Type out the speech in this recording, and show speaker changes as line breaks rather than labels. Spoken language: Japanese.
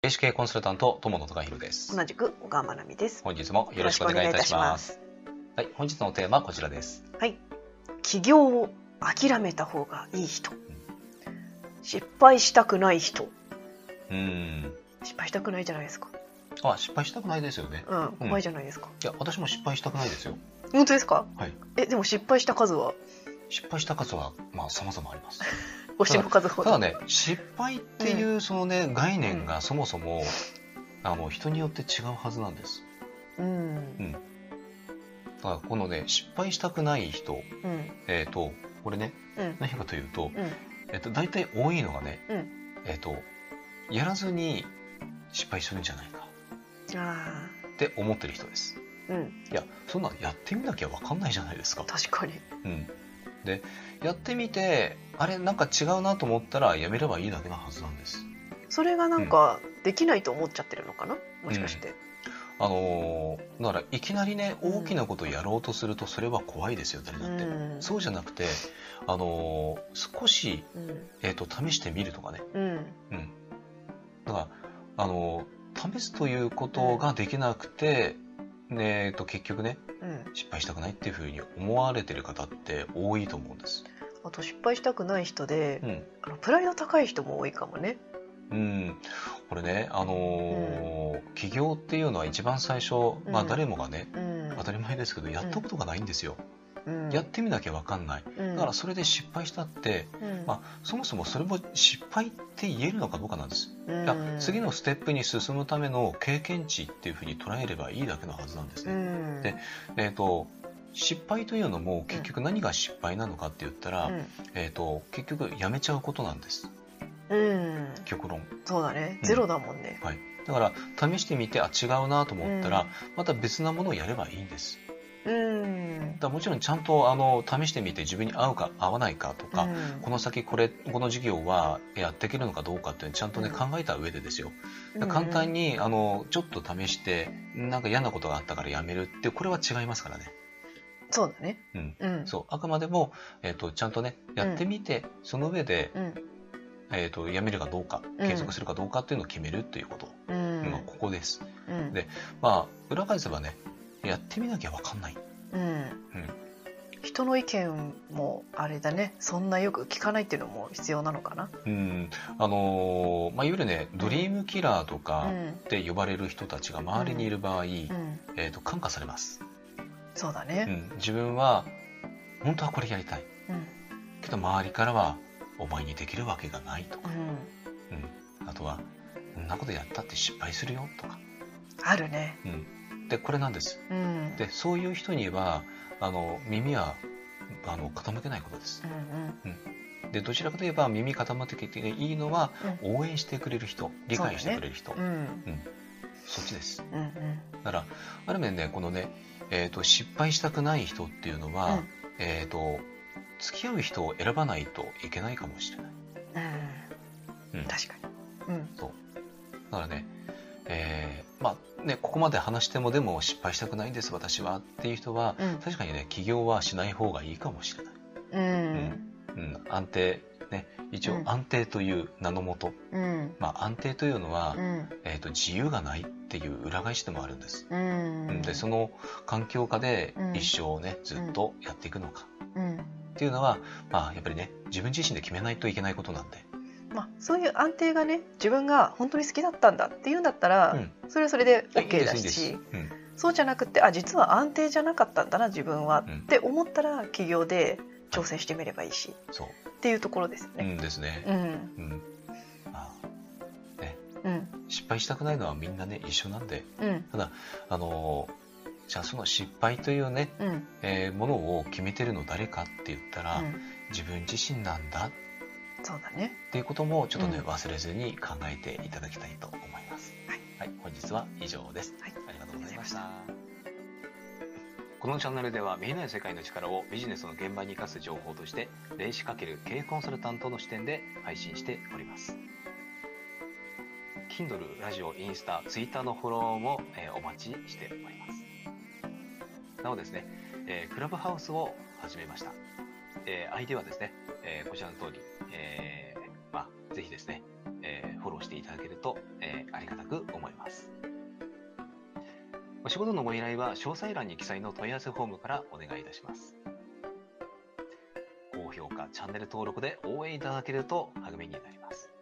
霊視系コンサルタント友野隆弘です
同じく小川真奈美です。
本日もよろしくお願いいたします
よろしくお願いいた
は
し
い本日のテーマはこちらです
ます。はい。起業を諦めた方がいい人。失敗したくない人。
うーん
失敗したくないじゃないですか。
あ失敗したくないですよね
うん、怖いじゃないですか。
いや私も失敗したくないですよ
本当ですか。
はい
え、でも失敗した数は
失敗した数はまあ様々あります
星の数ほ
た
ど。
だね失敗っていうそのね概念がそもそもあの人によって違うはずなんです
うん。
だからこのね失敗したくない人
うん。
えっ、とこれね
うん。
何かというと、
うん
えっと大体多いのがね、
う
えっとやらずに失敗するんじゃないか
あ
って思ってる人です
あ。うん。
いやそんなのやってみなきゃ分かんないじゃないですか、
確かに。
うん、でやってみてあれなんか違うなと思ったらやめればいいだけなはずなんです
それがなんかできないと思っちゃってるのかな。もしかして。
あのーだからいきなりね
うん
大きなことをやろうとするとそれは怖いですよ誰
う
だって、
ん。
そうじゃなくてあのー少し、
うん。
えっと試してみるとかね
うん。
うん、だからあの試すということができなくて、ねえっと結局ね
うん。
失敗したくないっていうふうに思われてる方って多いと思うんです。
あと失敗したくない人で
う、ん、
あのプライド高い人も多いかもね。
うん、これね、あのー起業っていうのは一番最初、まあ、
うん
誰もがね、
うん。
当たり前ですけどやったことがないんですよ、
うん。
やってみなきゃ分かんない
うん。
だからそれで失敗したって、
うん
まあ、そもそもそれも失敗って言えるのかどうかなんですいや次
の、
のステップに進むための経験値っていうふうに捉えればいいだけのはずなんです
う
ね。
ん、
でえー、と失敗というのも結局何が失敗なのかって言ったら、えー、と結局やめちゃうことなんです
うん、うん、
極論
そうだね
うん
ゼロだもんね、
だから試してみてあ違うなと思ったら、また別なものをやればいいんです
うん
だからもちろんちゃんとあの試してみて自分に合うか合わないかとか、
うん
この先これこの事業はやっていけるのかどうかっていうのをちゃんとね、
うん
考えた上でですよ簡単にあのちょっと試してなんか嫌なことがあったからやめるってこれは違いますからね、
うんそうだね
うん
うん
そうあくまでも、えっとちゃんとねやってみて、その上で、
うん
えっとやめるかどうか
うん
継続するかどうかっていうのを決めるっていうこと、
う
まあ
ん
ここです
うん
でまあ裏返せばねやってみなきゃ分かんない
うん
ん
人の意見もあれだねそんなよく聞かないっていうのも必要なのかな
うんあのーまあいわゆるねドリームキラーと
う
か
ん
って呼ばれる人たちが周りにいる場合、
うん
えっと感化されます、
そうだ
う
ね
ん、自分は本当はこれやりたい
うん
けど周りからはお前にできるわけがないと
う
か、
ん
あとはこんなことやったって失敗するよとか
あるね
でこれなんです
うん
でそういう人にはあの耳はあの傾けないことです
うんうん
でどちらかといえば耳傾けていいのは応援してくれる人理解してくれる人そ,、
うん
っちです
うんうん
だからある面ねこのね、えー、と失敗したくない人っていうのは、
うん
えー、と付き合う人を選ばないといけないかもしれない
うん
うん
確かにうん
だからね,、えーまあ、ねここまで話してもでも失敗したくないんです私はっていう人は
うん
確かにね起業はしない方がいいかもしれない、
うん
うん、安定ね一
う
応
ん
安定という名のもと、
うん
まあ、安定というのは、
うん
えー、と自由がないっていう裏返しでもあるんです、
う
うん
ん
でその環境下で
うん
一生ね、ずっとやっていくのか
うん
っていうのは、まあ、やっぱりね自分自身で決めないといけないことなんで、
まあ、そういう安定がね自分が本当に好きだったんだっていうんだったら、
うん
それはそれで
いい
OK
です
だ
いいです
し
うん
そうじゃなくてあ実は安定じゃなかったんだな自分は、
うん
って思ったら起業で挑戦してみればいいし、
そう、
っていうところですよ
う
ね。
んですね、
うん
うんまあ、
うん
失敗したくないのはみんなね一緒なんで
うん
あのじゃあその失敗というね、
うん
えーものを決めてるの誰かって言ったら、
うん
自分自身なんだ
そうだね
っていうこともちょっとね、
うん
忘れずに考えていただきたいと思います。
はい、
本日は以上です。
はい
ありがとうございました。このチャンネルでは見えない世界の力をビジネスの現場に生かす情報として、霊視×経営コンサルタントの視点で配信しております。Kindle、ラジオ、インスタ、Twitter のフォローも、えーお待ちしております。なおですね、えークラブハウスを始めました。えー、ID はですね、えーこちらの通り、えーまあ、ぜひですね、えーフォローしていただけると、ええーありがたく思います。お仕事のご依頼は詳細欄に記載の問い合わせフォームからお願いいたします。高評価、チャンネル登録で応援いただけると励みになります。